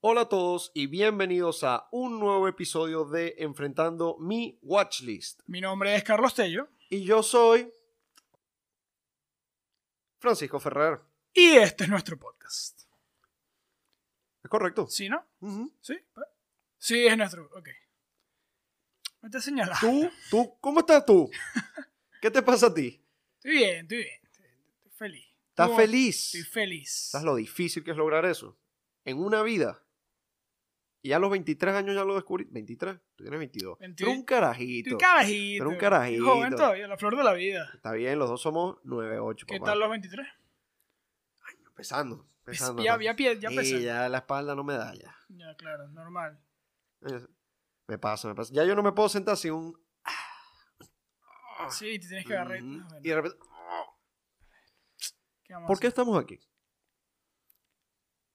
Hola a todos y bienvenidos a un nuevo episodio de Enfrentando mi Watchlist. Mi nombre es Carlos Tello Y yo soy Francisco Ferrer. y este es nuestro podcast. ¿Es correcto? ¿Sí, no? Ujú. ¿Sí? Sí, es nuestro. Ok. Me te señalas. ¿Tú? ¿Tú? ¿Cómo estás tú? ¿Qué te pasa a ti? Estoy bien, estoy bien. Estoy feliz. ¿Estás ¿Cómo? feliz? Estoy feliz. ¿Sabes lo difícil que es lograr eso? En una vida. Y ya a los 23 años ya lo descubrí. ¿23? Tú tienes 22. Pero 22. un carajito. Estoy un carajito. Pero un carajito. Joven todavía, la flor de la vida. Está bien, los dos somos 9-8. ¿Qué papá. tal los 23? Empezando. Empezando. ya, ¿no? ya, pie- ya Sí, pesé. ya la espalda no me da ya. Ya, claro, normal. Me pasa, me pasa. Ya yo no me puedo sentar sin un. Sí, te tienes que agarrar. ah, Ujú. Bueno, Y de repente. ¿qué vamos a ¿Por qué hacer? estamos aquí?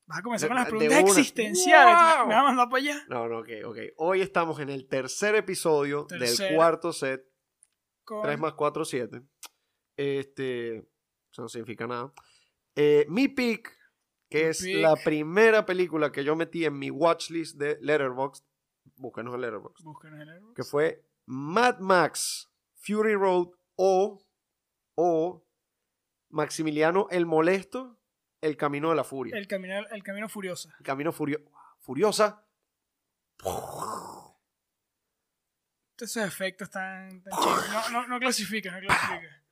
Vas a de- comenzar con las de preguntas una. existenciales. ¡Wow! Me vas a mandar para allá. No, no, ok, ok. Hoy estamos en el tercer episodio del Tercer. cuarto set. Con- 3 más 4, 7. Este. Eso no significa nada. Eh, mi pick, que Mi es pick. la primera película que yo metí en mi watchlist de Letterboxd. Búscanos en Letterboxd. Búscanos en el- que fue Mad Max, Fury Road o, o Maximiliano el Molesto, El Camino de la Furia. El, el camino, el camino furiosa. Camino Furio- Furiosa. Esos efectos tan, tan chéveres. No, no, no clasifica, no clasifica.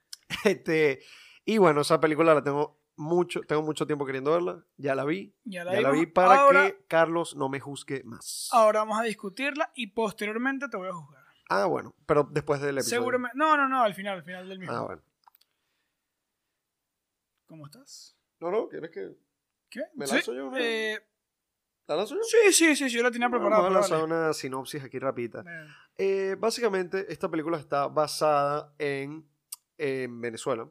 Este, y bueno, esa película la tengo mucho, tengo mucho tiempo queriendo verla. Ya la vi. Ya la, Ya la vimos. vi para ahora, Ah. que Carlos no me juzgue más. ahora vamos a discutirla y posteriormente te voy a juzgar. Ah, bueno, pero después del episodio. Seguramente. No, no, no, al final, al final del mismo. Ah, bueno. ¿Cómo estás? No, no, ¿quieres que ¿Qué? me ¿Sí? lanzo yo? una- Eh, ¿La lanzo yo? sí, sí, sí, sí, yo la tenía preparada. Vamos a pero lanzar vale. una sinopsis aquí rapidita. Eh, Eh, básicamente, esta película está basada en, en Venezuela,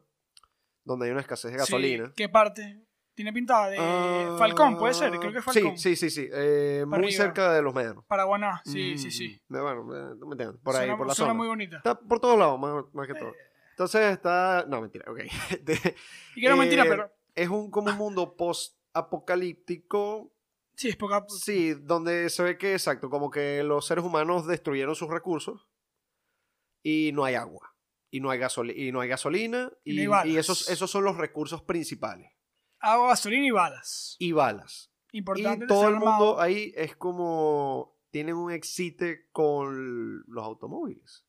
donde hay una escasez de sí, gasolina. ¿Qué parte? Tiene pintada de Ah, Falcón, puede ser, creo que es Falcón. Sí, sí, sí, sí. eh, muy Para arriba. cerca de los medianos. Paraguaná, sí, sí, sí. Mm, Bueno, eh, no me entiendes, Por ahí, Suena- por la suena zona. muy bonita. Está por todos lados, más, más que todo. Eh, Entonces está. No, mentira, ok. Este, y que no es mentira, eh, pero. es un, como un mundo post-apocalíptico. Sí, es poca. Sí, donde se ve que, exacto, como que los seres humanos destruyeron sus recursos y no hay agua, y no hay, gasol- y no hay gasolina, Y no y, hay balas. y esos, esos son los recursos principales, Agua, gasolina y balas. y balas. Importante. y todo estar el armado. mundo ahí es como, tienen un excite con los automóviles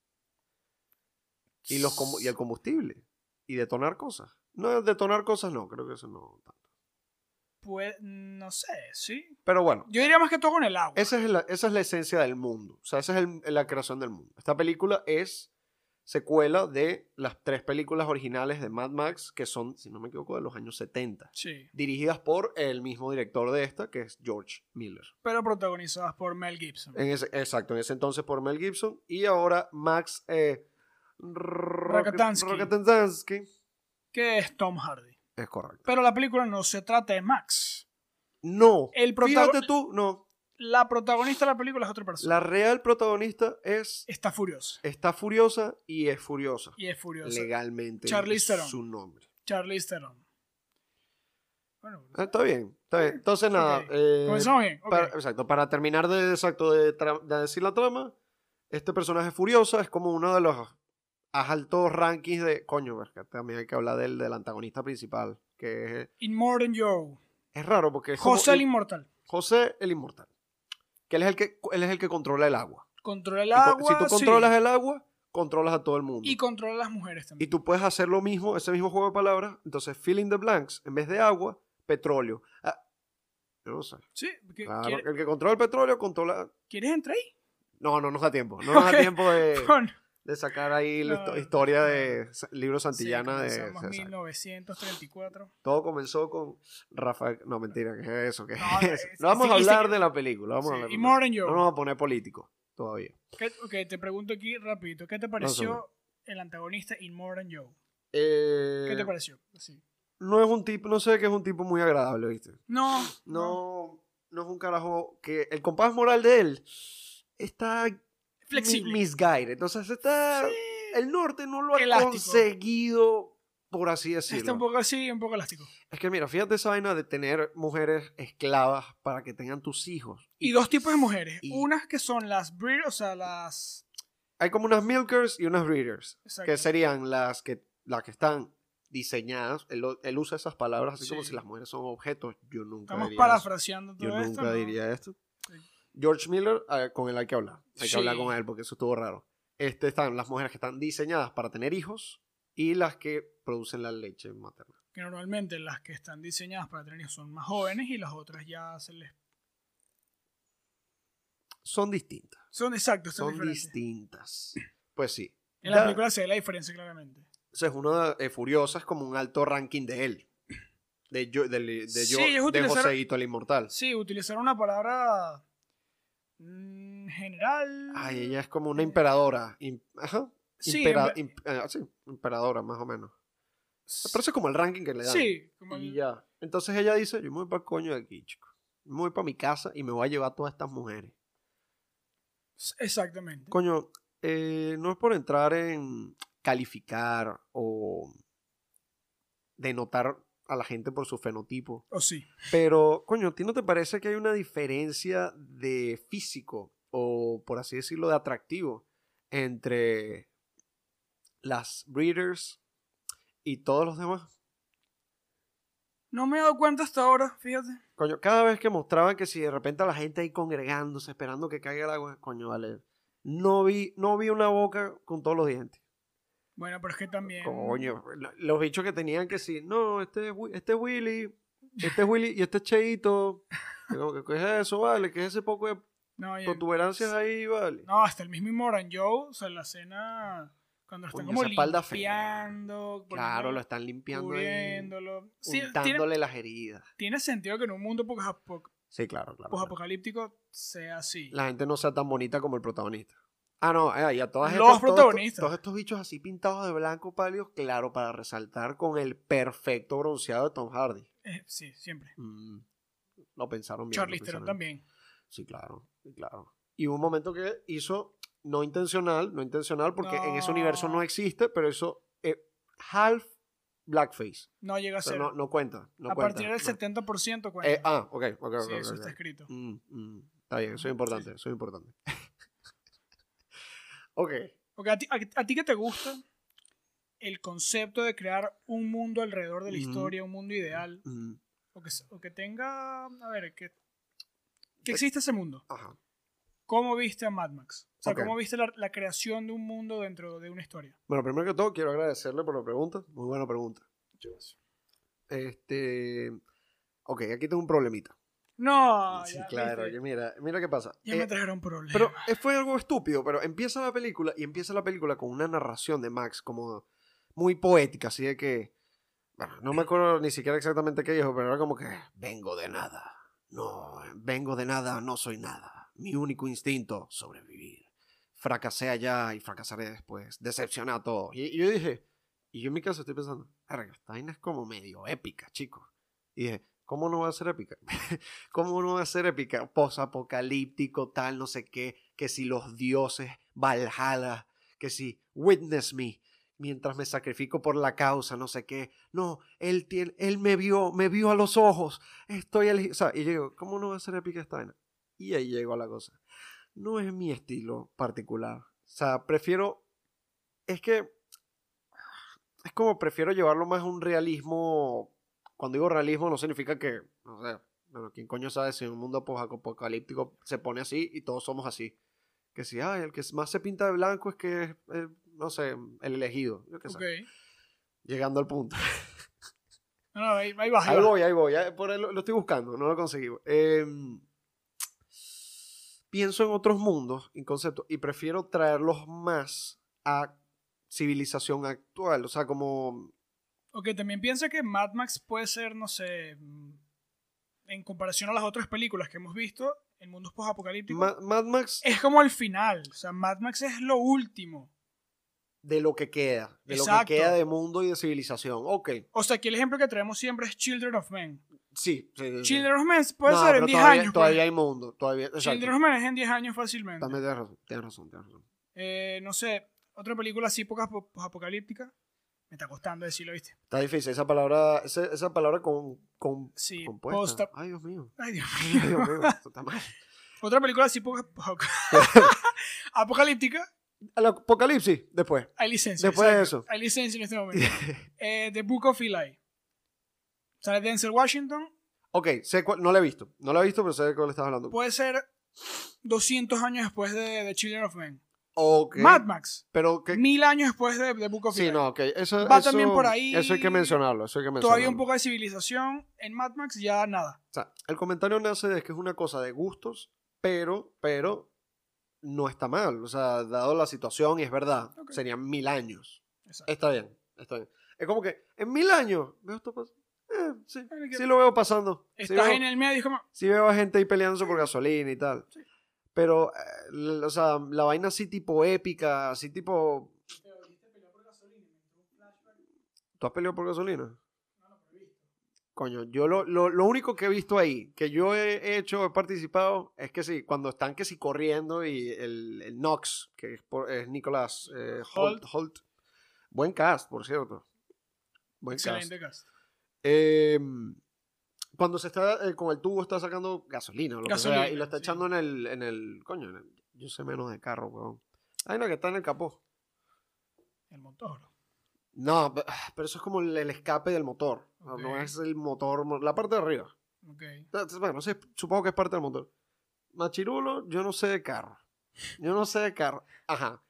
y, los combu- y el combustible, y detonar cosas. No, detonar cosas no, creo que eso no tanto. Pues, no sé, sí. Pero bueno, Yo diría más que todo con el agua. Esa es, la, esa es la esencia del mundo. O sea, esa es el- la creación del mundo. Esta película es secuela de las tres películas originales de Mad Max, que son, si no me equivoco, de los años 70. Sí. Dirigidas por el mismo director de esta, que es George Miller. Pero protagonizadas por Mel Gibson. En ese- exacto, en ese entonces por Mel Gibson. Y ahora Max eh, Rock- Rakatansky. Rakatansky. Que es Tom Hardy. Es correcto. Pero la película no se trata de Max. No. El protago- eh, Fíjate tú, no. La protagonista de la película es otra persona. La real protagonista es. Está furiosa. Está furiosa y es furiosa. Y es furiosa. legalmente Charlize Theron. su nombre. Charlize Theron. Bueno, Ah, está bien, está bien. Entonces, nada. Ok. eh, comenzamos bien. ok. para, exacto, para terminar de, exacto, de, tra- de decir la trama, este personaje furiosa es como uno de los altos rankings de. Coño, verga, también hay que hablar del, del antagonista principal, que es, In More Than Joe. es raro porque es como- José el Inmortal. José el Inmortal. Que él es el que, él es el que controla el agua. Controla el Y co- agua. si tú sí. controlas el agua, controlas a todo el mundo. Y controla las mujeres Y también. tú puedes hacer lo mismo, ese mismo juego de palabras. Entonces, fill in the blanks, en vez de agua, petróleo. Ah, yo no sé. Sí. porque Claro, ¿quiere- El que controla el petróleo controla. ¿Quieres entrar ahí? No, no nos da tiempo. No nos Ok. da tiempo de, Pon. de sacar ahí la histo- No. historia de sa- libro Santillana. Sí, de, comenzamos exacto. 1934. Todo comenzó con Rafael. No, mentira, ¿qué es eso? ¿Qué es No, eso? es- No vamos a sí, sí, hablar sí. de la película. Vamos a Sí, hablar de y la More Than película. Joe. No nos vamos a poner político todavía. ¿Qué- Ok, te pregunto aquí rapidito. ¿Qué te seguro. pareció el antagonista in More Than Joe? Eh, ¿Qué te pareció? Así. no es un tipo, no sé que es un tipo muy agradable, ¿viste? No, no, no es un carajo que el compás moral de él está mi- Flexible. misguided. Entonces está. Sí. El norte no lo ha Elástico. conseguido por así Está decirlo. un poco así y un poco elástico. Es que mira, fíjate esa vaina de tener mujeres esclavas para que tengan tus hijos. Y dos tipos de mujeres. y- Unas que son las breed, o sea, las... Hay como unas milkers y unas breeders, Exacto. que serían las que, las que están diseñadas. Él, lo- él usa esas palabras así como Sí. si las mujeres son objetos. Yo nunca Estamos diría eso. parafraseando todo Yo esto. nunca ¿no? diría esto. Sí. George Miller, eh, con él hay que hablar. Hay Sí. que hablar con él porque eso estuvo raro. Este, están las mujeres que están diseñadas para tener hijos y las que producen la leche materna. Que normalmente las que están diseñadas para tener hijos son más jóvenes y las otras ya se les... Son distintas. Son exactos, son, Son diferentes. distintas. Pues sí. En la Da- película se ve la diferencia claramente. Esa es una de Furiosa, es como un alto ranking de él. De, yo, del- de, Sí, yo- es de utilizar- Joseito el Inmortal. Sí, utilizar una palabra mm, general. Ay, ella es como una emperadora. im- ajá. sí, impera- en imp- eh, sí, emperadora, más o menos. ve- Pero eso es como el ranking que le dan. Sí, como Y el- ya. Entonces ella dice, yo me voy para coño de aquí, chico. Me voy para mi casa y me voy a llevar a todas estas mujeres. exactamente. Coño, eh, no es por entrar en calificar o denotar a la gente por su fenotipo. O sí. Pero, coño, ¿a ti no te parece que hay una diferencia de físico o, por así decirlo, de atractivo entre las breeders y todos los demás? No me he dado cuenta hasta ahora, fíjate. Coño, cada vez que mostraban que si de repente la gente ahí congregándose, esperando que caiga el agua, coño, vale. No vi, no vi una boca con todos los dientes. Bueno, pero es que también. Coño, lo- los bichos que tenían que sí, no, este es, Wi- este es Willy, este es Willy y este es Cheito. Y como que, ¿Qué es eso, vale? ¿Qué es ese poco de No, oye, protuberancias ahí, vale? no, hasta el mismo Moran Joe, o sea, la cena. Cuando lo están Coño, como esa espalda fea. limpiando. Claro, poniéndolo, lo están limpiando ahí, cubriéndolo. Sí, tiene, untándole las heridas. tiene sentido que en un mundo posapo- Sí, claro, claro. Pues, claro. posapocalíptico sea así. la gente no sea tan bonita como el protagonista. Ah, no, eh, y a todas Los todos- protagonistas. Todos, estos bichos así pintados de blanco pálidos, claro, para resaltar con el perfecto bronceado de Tom Hardy. Eh, sí, siempre. Mm, lo pensaron bien. lo Charlize Theron pensaron bien. también. Sí, claro, sí, claro. Y hubo un momento que hizo, no intencional, no intencional, porque en ese No. universo no existe, pero eso, eh, half blackface. No llega a O sea, ser. no, no cuenta. No a cuenta, partir no. del 70% cuenta. Eh, ah, ok, ok, ok. sí, eso ok, está ok. escrito. Mm, mm, está bien, eso es importante, eso es importante. ok. Ok, ¿a ti, a- a ti que te gusta el concepto de crear un mundo alrededor de la Ujú. historia, un mundo ideal, mm, o que, se- o que tenga, a ver, que, Pues que exista ese mundo. ajá. ¿Cómo viste a Mad Max? O sea, Ok. ¿cómo viste la, la creación de un mundo dentro de una historia? Bueno, primero que todo, quiero agradecerle por la pregunta. Muy buena pregunta. Este. Ok, aquí tengo un problemita. No, sí, Ah, ya, claro. viste, que mira, mira qué pasa. ya Eh, me trajeron problemas. pero eh, fue algo estúpido, pero empieza la película y empieza la película con una narración de Max como muy poética, así de que. Bueno, no me acuerdo ni siquiera exactamente qué dijo, pero era como que. Vengo de nada. No, vengo de nada, no soy nada. Mi único instinto, sobrevivir. Fracasé allá y fracasaré después. Decepcioné a todos. Y, y yo dije, y yo en mi caso estoy pensando, verga, esta vaina es como medio épica, chicos. Y dije, ¿cómo no va a ser épica? ¿Cómo no va a ser épica? Posapocalíptico, tal, no sé qué. Que si los dioses, Valhalla, que si Witness Me, mientras me sacrifico por la causa, no sé qué. No, él, tiene, él me vio, me vio a los ojos. Estoy elegido. O sea, y yo digo, ¿cómo no va a ser épica esta vaina? Y ahí llegó la cosa. No es mi estilo particular. O sea, prefiero. Es que. Es como prefiero llevarlo más a un realismo. Cuando digo realismo, no significa que. No sé. Bueno, ¿quién coño sabe si en un mundo apocalíptico se pone así y todos somos así? Que si, ah, el que más se pinta de blanco es que es, eh, no sé, el elegido. Yo qué sé. Ok. Llegando al punto. No, no, ahí, ahí vas. ahí Ahí vas. voy, ahí voy. ahí- por ahí lo, lo estoy buscando, no lo conseguí. Eh, pienso en otros mundos y conceptos y prefiero traerlos más a civilización actual. O sea, como. Ok, también piensa que Mad Max puede ser, no sé, mm, en comparación a las otras películas que hemos visto en mundos posapocalípticos, Ma- Mad Max es como el final. O sea, Mad Max es lo último. de lo que queda. De lo Exacto. que queda de mundo y de civilización. Ok, O sea, aquí el ejemplo que traemos siempre es Children of Men. sí. sí, sí, sí. Children of Men puede No, ser pero en 10 todavía, años. pues. Todavía hay mundo. Todavía, exacto. Children of Men es en 10 años fácilmente. También tienes razón, tienes razón, tienes razón. Eh, no sé, otra película así poca- posapocalíptica. Me está costando decirlo, ¿viste? Está difícil esa palabra, esa, esa palabra con, con, Sí, compuesta. posta- Ay, Dios mío. Ay, Dios Ay, mío. Dios mío, esto está mal. Otra película así poca- apocalíptica. Al apocalipsis, después. Hay licencia. Después de eso. Hay licencia en este momento. Eh, The Book of Eli. Sale Denzel Washington. ok, sé cuál- no la he visto. No la he visto, pero sé de cuál estás hablando. Puede ser 200 años después de, de Children of Men. Ok. Mad Max. Pero que. Mil años después de, de Book of Sí, Eli. no, ok. Eso, Va eso- también por ahí. Eso hay que mencionarlo. Eso hay que mencionarlo. Todavía un poco de civilización. En Mad Max ya nada. O sea, el comentario nace de que es una cosa de gustos, pero, pero no está mal. O sea, dado la situación, y es verdad, Ok. serían mil años. Exacto. Está bien, está bien. Es como que en mil años veo esto pas- eh, sí, Ay, me sí quedo- lo veo pasando. Sí Estás veo, en el medio y es como, sí veo a gente ahí peleándose por gasolina y tal. Sí. Pero, eh, l- o sea, la vaina así tipo épica, así tipo... ¿Tú has peleado por gasolina? Coño, yo lo, lo, lo único que he visto ahí, que yo he hecho, he participado, es que sí, cuando están que sí corriendo y el, el Knox, que es, por- es Nicolás eh, Holt, Holt. Buen cast, por cierto. Buen cast. Excelente cast. Em, cuando se está eh, con el tubo, está sacando gasolina, o lo que sea, Gasolina, y lo está sí. echando en el, en el. Coño, en el- yo sé menos de carro, weón. Hay una que está en el capó. El Montoro. No, pe- Ah, pero eso es como el, el escape del motor. No, No Ok. es el motor, mo- la parte de arriba. Ok. Entonces, Bueno, sí, supongo que es parte del motor. Machirulo, yo no sé de carro. Yo no sé de carro. Ajá.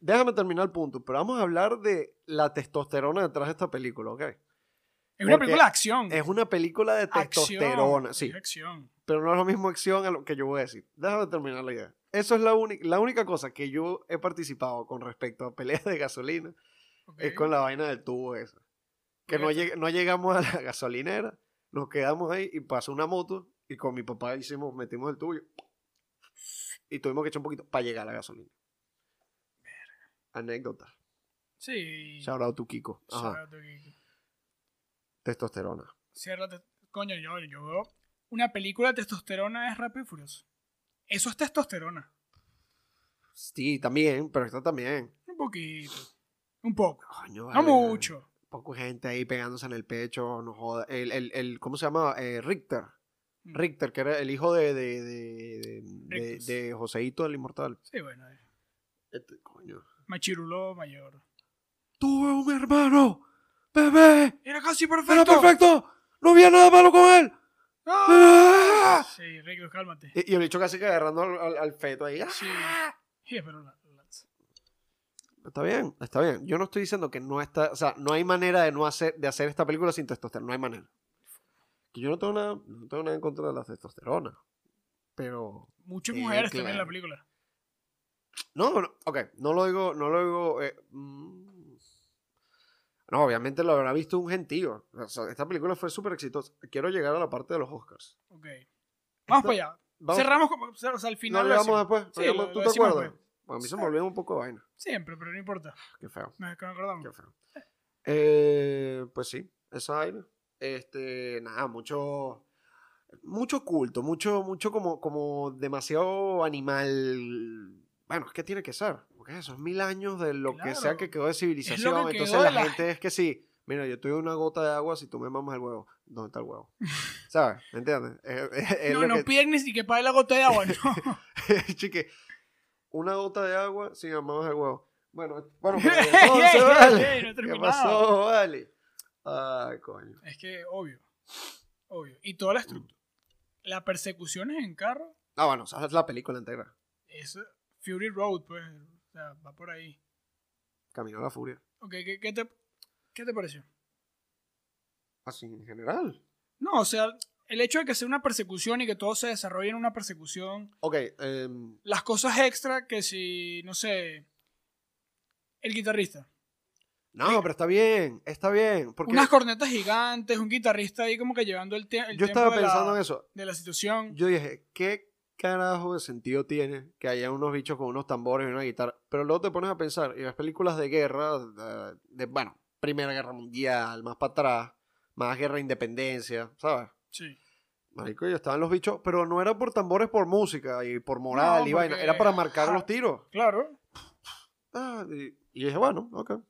Déjame terminar el punto, pero vamos a hablar de la testosterona detrás de esta película, ¿ok? Es una Porque película de acción. Es una película de Acción. testosterona, sí, Es acción. pero no es lo mismo acción a lo que yo voy a decir. Déjame terminar la idea. Eso es la, única- la única cosa que yo he participado con respecto a peleas de gasolina Ok. es con la vaina del tubo esa. Que no, lleg- no llegamos a la gasolinera, nos quedamos ahí y pasó una moto y con mi papá hicimos, metimos el tuyo y tuvimos que echar un poquito para llegar a la gasolina. Anécdota. Sí. Shout out to Kiko. Ajá. Shout out to Kiki. Testosterona. Cierra. te- Coño, yo, yo veo. Una película de testosterona es Rápido y Furioso. Eso es testosterona. Sí, también, pero está también. Un poquito. Un poco. Coño, No vale. mucho. Poco gente ahí pegándose en el pecho, no joda. El, el, el- ¿Cómo se llama? Eh, Richter. Mm, Richter, que era el hijo de, de, de, de- de, Rictus. de Joseito el Inmortal. Sí, bueno. eh. Este, coño. Machiruló mayor. Tuve un hermano, bebé, Era casi era perfecto. perfecto, no había nada malo con él. ¡Ah! Sí, Rico, cálmate. Y, y el bicho casi que agarrando al, al- al feto ahí. ¡ah! Sí. Sí, pero la- la- Está bien, está bien. Yo no estoy diciendo que no está, o sea, no hay manera de no hacer, de hacer esta película sin testosterona, no hay manera. Que yo no tengo nada, no tengo nada en contra de la testosterona, pero Muchas Sí, mujeres Eh, claro. también en la película. No, no, ok, no lo digo, no lo digo. eh, mm. no, obviamente lo habrá visto un gentío. O sea, esta película fue súper exitosa. Quiero llegar a la parte de los Oscars. Ok. Vamos Esta- para allá. Vamos- Cerramos como, o sea, o sea, al No, final. lo lo llegamos hacemos. después. lo Sí, llegamos- lo- ¿Tú lo te decimos acuerdas? después. Bueno, a mí se me olvidó un poco de vaina. Siempre, pero no importa. Qué feo, Nos acordamos. qué feo. Eh, pues sí, esa vaina. Este, nada, mucho. Mucho culto, mucho, mucho como, como demasiado animal. Bueno, es que tiene que ser. Porque esos mil años de lo que sea Claro. que quedó de civilización. quedó Entonces de la, la- gente es que sí. Mira, yo tuve una gota de agua si tú me mamas el huevo. ¿Dónde está el huevo? ¿Sabes? ¿Me entiendes? Es- es- es No, lo no que- piden ni siquiera pague la gota de agua, no. Chique, una gota de agua sin amamos el huevo. Bueno, bueno, pero entonces, vale. No ¿Qué he terminado. pasó, vale? Ay, coño. Es que, obvio. Obvio. Y toda la estructura. Las persecuciones en carro Ah, bueno, sabes la película entera. es Fury Road, pues. O sea, va por ahí. Camino a la furia. Ok, ¿qué, qué te, ¿qué te pareció? Así en general. No, o sea, el hecho de que sea una persecución y que todo se desarrolle en una persecución. Ok, em, las cosas extra que si, no sé, el guitarrista. no, pero está bien, está bien. Porque Unas cornetas gigantes, un guitarrista ahí como que llevando el, te- el yo tiempo estaba de, la- pensando en eso. de la situación. Yo dije, ¿qué carajo de sentido tiene que haya unos bichos con unos tambores y una guitarra? Pero luego te pones a pensar, y las películas de guerra, de, de, bueno, Primera Guerra Mundial, más para atrás, más guerra de independencia, ¿sabes? Sí. Marico, ya estaban los bichos, pero no era por tambores, por música y por moral No, y vaina, porque- era para marcar ajá. los tiros. Claro. Ah, y, y dije, bueno, ok.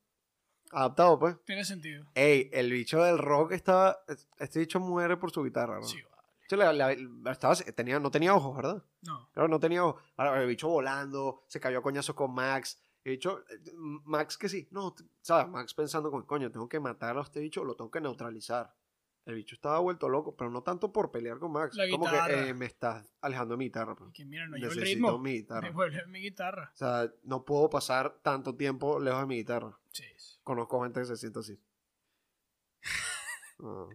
Adaptado, pues. Tiene sentido. Ey, el bicho del rock estaba. Este bicho muere por su guitarra, ¿no? Sí, va. Yo le- le- estaba- tenía, no tenía ojos, ¿verdad? No. Claro, no tenía ojos. Ahora, el bicho volando, se cayó a coñazos con Max. El bicho, eh, Max que sí. No, t- ¿sabes? Max pensando con, coño, tengo que matar a este bicho, lo tengo que neutralizar. El bicho estaba vuelto loco, pero no tanto por pelear con Max. La como guitarra. que eh, me estás alejando de mi guitarra. pues. Y que mira, no llevo el Necesito ritmo. mi guitarra. Devuelve mi guitarra. O sea, no puedo pasar tanto tiempo lejos de mi guitarra. Sí. sí. Conozco gente que se siente así. Ah.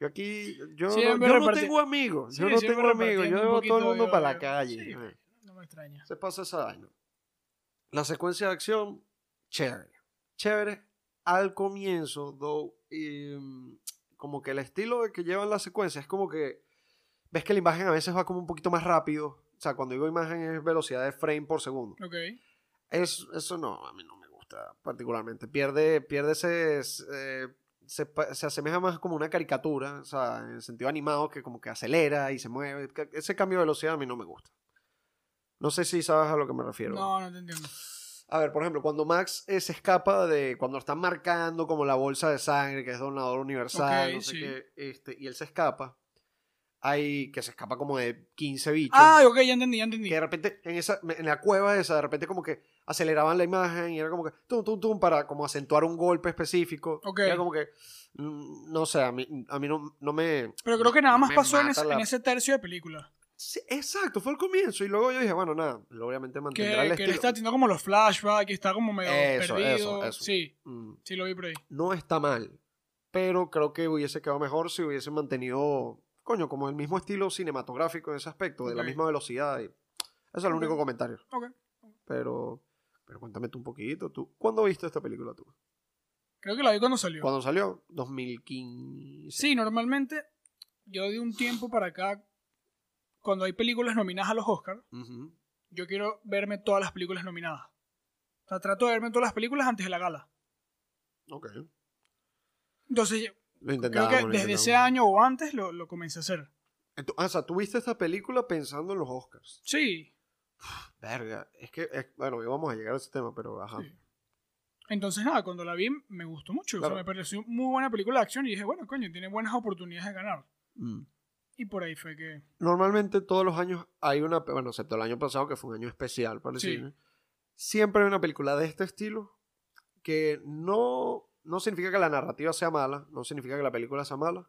Yo aquí, yo, Sí, no, hombre, yo no reparti- tengo amigos. Yo Sí, no siempre tengo amigos. Yo repartiendo un llevo a todo el poquito, mundo yo- para la yo- calle. sí, Eh, No me extraña. Se pasa esa vaina. La secuencia de acción, chévere. Chévere. Al comienzo, though, y, mm, como que el estilo de que llevan la secuencia es como que ves que la imagen a veces va como un poquito más rápido. O sea, cuando digo imagen es velocidad de frame por segundo. Ok. Es, eso no, a mí no me gusta particularmente. Pierde, pierde ese... es, eh, se, pa- se asemeja más como una caricatura, o sea, en el sentido animado, que como que acelera y se mueve. Ca- Ese cambio de velocidad a mí no me gusta. No sé si sabes a lo que me refiero. No, no te entiendo. A ver, por ejemplo, cuando Max eh, se escapa de cuando lo están marcando como la bolsa de sangre, que es donador universal, Ok, no sé sí. qué, este, y él se escapa, hay que se escapa como de 15 bichos. Ah, ok, ya entendí, ya entendí. Que de repente en, esa, en la cueva esa, de repente como que aceleraban la imagen y era como que tum, tum, tum, para como acentuar un golpe específico. Ok. Era como que, mm, no sé, a mí, a mí no, no me... Pero creo que nada no más me pasó en mata ese, la- en ese tercio de película. Sí, exacto, fue el comienzo y luego yo dije, bueno, nada, obviamente Que, mantendrá el que él estilo. está haciendo como los flashbacks y está como medio Eso, perdido. eso, eso. Sí, Mm, sí, lo vi por ahí. no está mal, pero creo que hubiese quedado mejor si hubiese mantenido, coño, como el mismo estilo cinematográfico en ese aspecto, de la Ok. misma velocidad. Y... Eso es el Ok. único comentario. Ok. Pero, pero cuéntame tú un poquito, tú, ¿cuándo viste esta película tú? Creo que la vi cuando salió. ¿Cuándo salió? 2015. Sí, normalmente yo de un tiempo para acá, cuando hay películas nominadas a los Oscars, Ujú. yo quiero verme todas las películas nominadas. O sea, trato de verme todas las películas antes de la gala. Ok. Entonces, Lo creo intentamos. que lo desde ese intentamos. año o antes lo, lo comencé a hacer. Ento- ah, o sea, tú viste esta película pensando en los Oscars. Sí. Verga. Es que, es- bueno, íbamos a llegar a ese tema, pero ajá. Sí. Entonces, nada, cuando la vi me gustó mucho. O Claro. sea, me pareció muy buena película de acción y dije, bueno, coño, tiene buenas oportunidades de ganar. Mm. Y por ahí fue que... Normalmente todos los años hay una, pe- bueno, excepto el año pasado que fue un año especial para el Sí. cine. Siempre hay una película de este estilo que no, no significa que la narrativa sea mala, no significa que la película sea mala,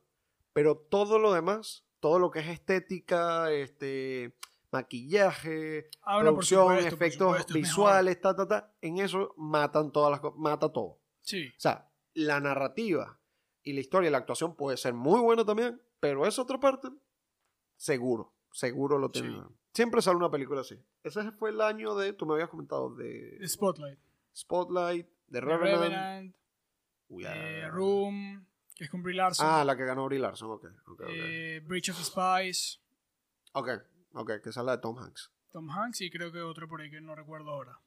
pero todo lo demás, todo lo que es estética, este, maquillaje, Ah, bueno, por producción, supuesto, por efectos supuesto, es mejor. visuales, ta, ta, ta. En eso matan todas las co- mata todo. O Sí. sea, la narrativa y la historia y la actuación puede ser muy buena también, pero esa otra parte, seguro, seguro lo Sí. tienen. Siempre sale una película así. Ese fue el año de, tú me habías comentado, de Spotlight. Spotlight, de The Revenant. Revenant, Uy, eh, ah. Room, que es con Brie Larson. Ah, la que ganó Brie Larson, ok. Ok, ok. eh, Bridge of Spies, ok, ok, que esa es la de Tom Hanks. Tom Hanks y creo que otro por ahí que no recuerdo ahora.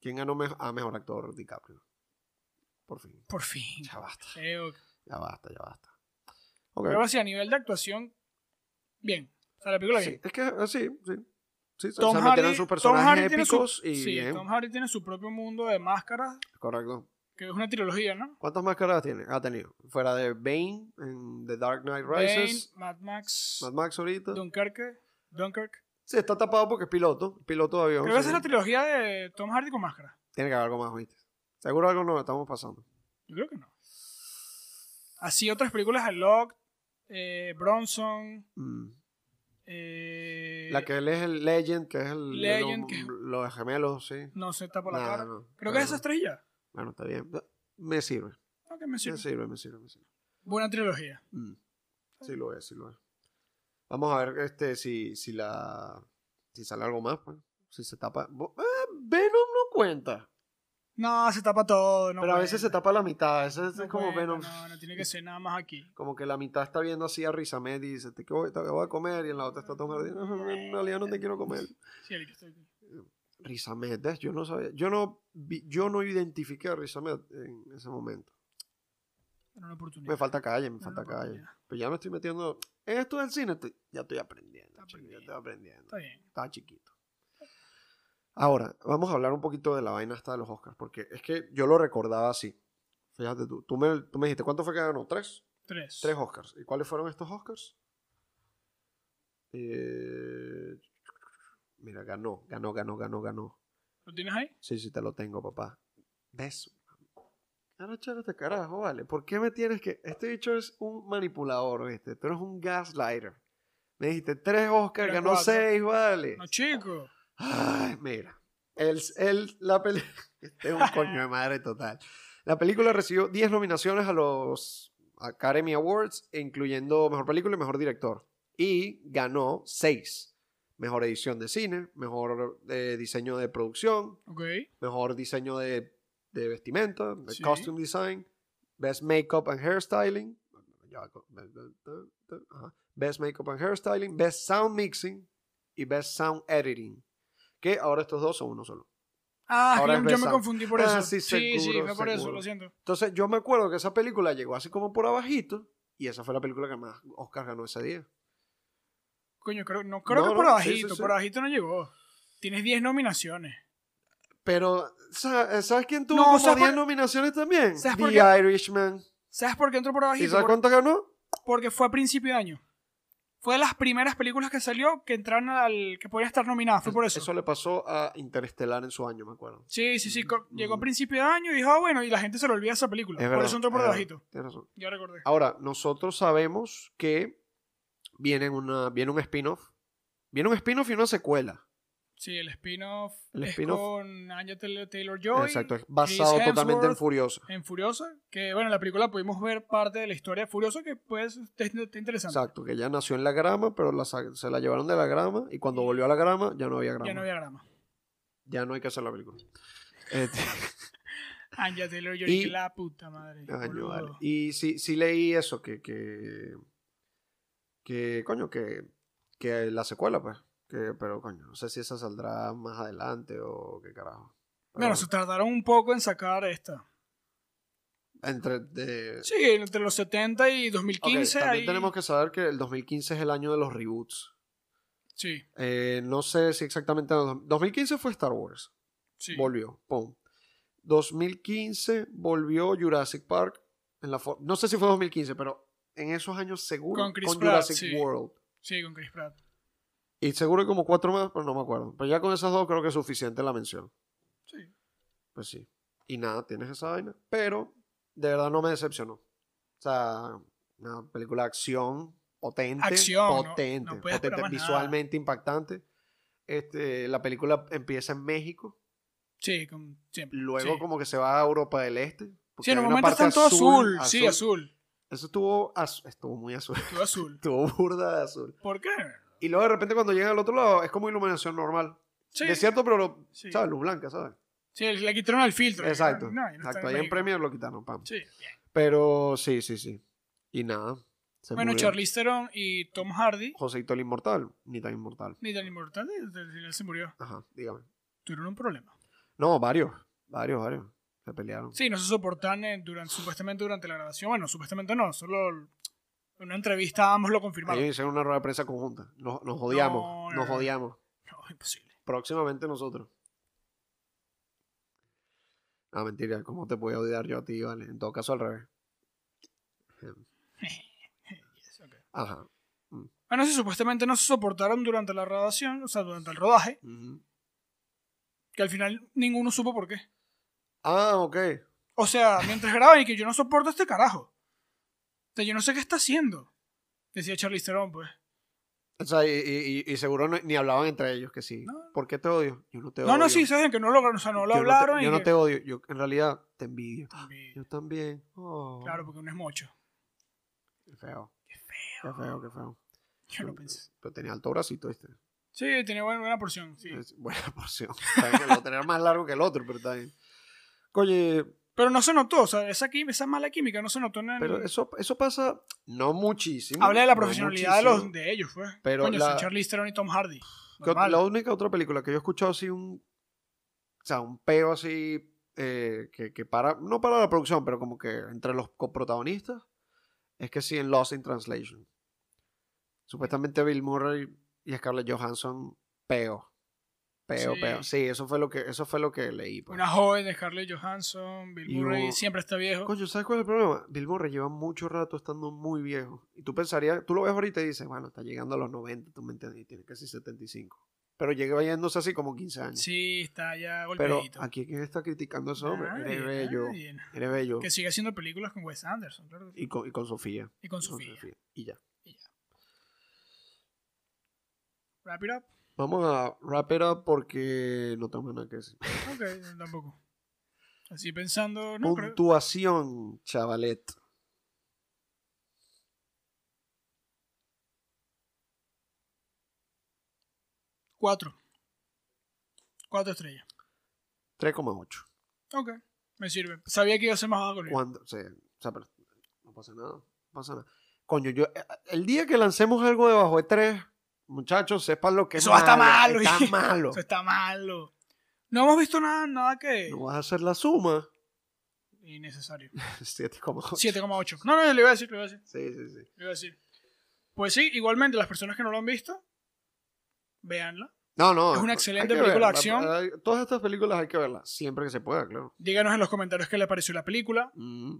¿Quién ganó me- a mejor actor? DiCaprio. Por fin. Por fin. Ya basta, Creo que- ya basta, ya basta. Ok. Pero así, a nivel de actuación, bien. O sea, la película Sí, bien. es que eh, sí, sí. Sí, se- Tom se Hardy- metieron sus Tom personajes Hardy tiene su- épicos y sí, bien. Tom Hardy tiene su propio mundo de máscaras, Correcto. que es una trilogía, ¿no? ¿Cuántas máscaras tiene? ha tenido? Fuera de Bane en The Dark Knight Rises, Bane, Mad Max, Mad Max ahorita. Dunkerque, Dunkirk. Sí, está tapado porque es piloto, piloto de avión. Creo que sí. esa es la trilogía de Tom Hardy con máscara. Tiene que haber algo más, ¿viste? Seguro algo nos estamos pasando. Yo creo que no. Así otras películas, El Lock, eh, Bronson, Mm. eh, La que él es el Legend, que es el. Legend, lo- que- Los gemelos, sí. no se tapa la Nada, cara. no, Creo que claro. es esas tres ya. Bueno, está bien. Me sirve, No, que me sirve. me sirve, me sirve, me sirve. Buena trilogía. Mm. Sí lo es, sí lo es. Vamos a ver este si, si la si sale algo más, pues. Si se tapa. Bo- ah, Venom no cuenta. No, se tapa todo. No pero a veces se cuenta, tapa la mitad. A veces no es como cuenta, Venom. No, no tiene que ser nada más aquí. Como que la mitad está viendo así a Rizamed y dice, te que voy, te voy a comer. Y en la otra está Mm, Tom Hardy. "No, en realidad no te quiero comer. Sí, el que está aquí. Rizamed, ¿ves? yo no sabía. Yo no vi- yo no identifiqué a Rizamed en ese momento. Era una oportunidad. Me falta calle, me Era falta una calle. oportunidad. Pero ya me estoy metiendo. En esto del cine estoy- ya estoy aprendiendo. Está chico, Ya estoy aprendiendo. aprendiendo. Está bien. estaba chiquito. Ahora, vamos a hablar un poquito de la vaina hasta de los Oscars, porque es que yo lo recordaba así. Fíjate tú. Tú me, tú me dijiste, ¿cuánto fue que ganó? ¿Tres? Tres. Tres Oscars. ¿Y cuáles fueron estos Oscars? Eh, Mira, ganó, ganó, ganó, ganó, ganó. ¿Lo tienes ahí? Sí, sí, te lo tengo, papá. ¿Ves? Ahora este carajo, vale. ¿Por qué me tienes que...? Este bicho es un manipulador, ¿viste? Tú eres un gaslighter. Me dijiste, tres Oscars, Eran ganó cuatro. seis, vale. No, chico. Ay, mira. El, el- la peli- Este es un coño de madre total. La película recibió 10 nominaciones a los Academy Awards, incluyendo Mejor Película y Mejor Director. Y ganó 6. Mejor edición de cine, mejor eh, diseño de producción, Ok. mejor diseño de, de vestimenta, de Sí. costume design, best makeup and hairstyling, ya va con- ajá, best makeup and hairstyling, best sound mixing y best sound editing. Que ahora estos dos son uno solo. Ah, Ahora yo- es yo, me Besa. confundí por Ah, eso. sí, sí, seguro, fue por eso, seguro. lo siento. Entonces yo me acuerdo que esa película llegó así como por abajito y esa fue la película que más Oscar ganó ese día. Coño, creo, no creo No, que no, por sí, abajito, sí, sí. por abajito no llegó. Tienes 10 nominaciones. Pero, ¿sabes, ¿sabes quién tuvo No, como ¿sabes 10 por- nominaciones también? ¿sabes The por qué? Irishman. ¿Sabes por qué entró por ¿Y abajito? sabes Por- cuánto ganó? porque fue a principio de año. Fue de las primeras películas que salió que entraron al. que podían estar nominadas, fue por eso. Eso le pasó a Interestelar en su año, me acuerdo. Sí, sí, sí. co- Mm. Llegó a principio de año y dijo, ah, bueno, y la gente se le olvida esa película. Es por verdad, eso entró por es verdad, abajito. tienes razón. Ya recordé. Ahora, nosotros sabemos que viene, una, viene un spin-off. Viene un spin-off y una secuela. Sí, el spin-off El es spin-off. con Anya Taylor Joy. Exacto, es basado totalmente en Hemsworth. Furiosa. En Furiosa, que bueno, en la película pudimos ver parte de la historia de Furiosa, que pues está está interesante. Exacto, que ella nació en la grama, pero la sa- se la llevaron de la grama y cuando volvió a la grama ya no había grama. Ya no había grama. hay que hacer la película. Este, Anya Taylor Joy, Y- que la puta madre. Ay, no, boludo. vale. Y sí, sí leí eso, que, que, que, coño, que, que la secuela, pues. Que, pero, coño, no sé si esa saldrá más adelante o qué carajo. Pero Bueno, se tardaron un poco en sacar esta. entre, de- Sí, entre los 70 y Ok, 2015. también ahí- tenemos que saber que el 2015 es el año de los reboots. Sí, Eh, no sé si exactamente... 2015 fue Star Wars. sí. Volvió, pum. 2015 volvió Jurassic Park. En la for- no sé si fue 2015, pero en esos años seguro Con con, Chris Pratt, Jurassic sí. World. Sí, con Chris Pratt. Y seguro hay como cuatro más, pero no me acuerdo. Pero ya con esas dos creo que es suficiente la mención. Sí. Pues sí. Y nada, tienes esa vaina. Pero de verdad no me decepcionó. O sea, una película de acción potente. Acción, no- potente. no puedes esperar potente, más nada. visualmente impactante. Este, la película empieza en México. Sí, con, siempre. Luego sí. como que se va a Europa del Este. porque Sí, en hay un una momento parte están todo azul, Sí, azul. Eso estuvo, az- estuvo muy azul. Todo azul. estuvo burda de azul. ¿Por qué? Y luego de repente cuando llegan al otro lado es como iluminación normal. Sí. Desierto, pero, lo- Sí. ¿sabes? Luz blanca, ¿sabes? Sí, le quitaron el filtro. le Exacto. quitaron- no, y no Exacto. está Ahí en Premier lo quitaron, pam. Sí, bien. Pero sí, sí, sí. Y nada. se Bueno, murió. Charlize Theron y Tom Hardy, Joseito el inmortal, ni tan inmortal. ni tan inmortal, al final se murió. Ajá, dígame. Tuvieron un problema. No, varios. Varios, varios. Se pelearon. Sí, no se soportan eh, durante, supuestamente durante la grabación. Bueno, supuestamente no, solo en una entrevista ambos lo confirmaron. Ellos hicieron una rueda de prensa conjunta. Nos, nos odiamos. No, no, nos no. odiamos. No, imposible. Próximamente nosotros. Ah, mentira. ¿Cómo te puedo odiar yo a ti, vale? En todo caso, al revés. Yes, ok. Ajá. Bueno, sí, supuestamente Ah, no se soportaron durante la grabación, o sea, durante el rodaje, Ujú. que al final ninguno supo por qué. Ah, ok. O sea, mientras graban y que yo no soporto a este carajo. O sea, yo no sé qué está haciendo. Decía Charlize Theron, pues. O sea, y, y- y- y seguro no- ni hablaban entre ellos que sí. No. ¿Por qué te odio? Yo no te No, odio. no, sí, saben que no lograron, o sea, no lo Yo hablaron. No te, y yo no que- te odio, yo en realidad te envidio. También. Yo también. Oh, Claro, porque uno es mocho. Qué feo. Qué feo, qué feo. Yo lo pensé. Pero tenía alto bracito, ¿viste? Sí, tenía buena, buena porción. Sí. Es buena porción. Sabes que lo tenía más largo que el otro, pero está bien. Oye, Pero no se notó, o sea, esa, quí- esa mala química no se notó en el- pero eso, eso pasa no muchísimo. Habla de la no profesionalidad de, los, muchísimo. de ellos, pues. Pero Coño, la- son Charlize Theron y Tom Hardy. Que ot- Normal. La única otra película que yo he escuchado así un... O sea, un peo así eh, que, que para... No para la producción, pero como que entre los coprotagonistas. Es que sí, en Lost in Translation. Supuestamente Bill Murray y Scarlett Johansson peo. Peo, Sí. peo. Sí, eso fue lo que, eso fue lo que leí. pues. Una joven de Scarlett Johansson, Bill Y Murray, hubo- siempre está viejo. Coño, ¿sabes cuál es el problema? Bill Murray lleva mucho rato estando muy viejo. Y tú pensarías, tú lo ves ahorita y dices, bueno, está llegando a los 90, tú me entiendes, y tiene casi 75. Pero llega yéndose así como 15 años. Sí, está ya Pero golpeadito. Ah, aquí quién está criticando a ese hombre. Nadie, Eres bello, nadie. eres bello. Que sigue haciendo películas con Wes Anderson, claro. que sí. Y con, y con Sofía. Y con Con Sofía. Sofía. Y ya. Wrap it up. Vamos a wrap it up porque no tengo nada que decir. Ok, tampoco. Así pensando, no creo. Puntuación, chavalet. Cuatro. Cuatro estrellas. 3,8. Ok, me sirve. Sabía que iba a ser más bajo que Cuando, se- o sea, pero no pasa nada, no pasa nada. Coño, yo, eh, el día que lancemos algo debajo de 3, muchachos, sepan lo que Eso va a estar malo, Está dije. malo. Eso está malo. No hemos visto nada, nada que... No vas a hacer la suma. Innecesario. 7,8. 7,8. No, no, le iba a decir, le iba a decir. Sí, sí, sí. le iba a decir. Pues sí, igualmente, las personas que no lo han visto, véanla. No, no. Es una hay excelente que película de verla. acción. Hay- Todas estas películas hay que verlas, siempre que se pueda, claro. Díganos en los comentarios qué les pareció la película. Mm.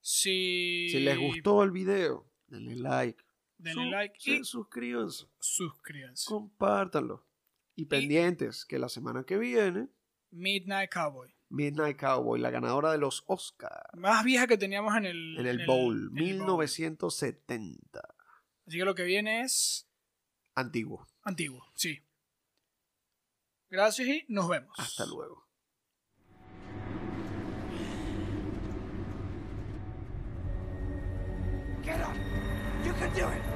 Si, Si les gustó el video, denle like. Denle Su- like se- y suscríbanse. suscríbanse. Compártanlo. Y pendientes que la semana que viene, Midnight Cowboy. Midnight Cowboy, la ganadora de los Oscars. Más vieja que teníamos en el... En el Bowl, en el bowl. 1970. Así que lo que viene es Antiguo. antiguo, sí. Gracias y nos vemos. Hasta luego. Get up! You can do it!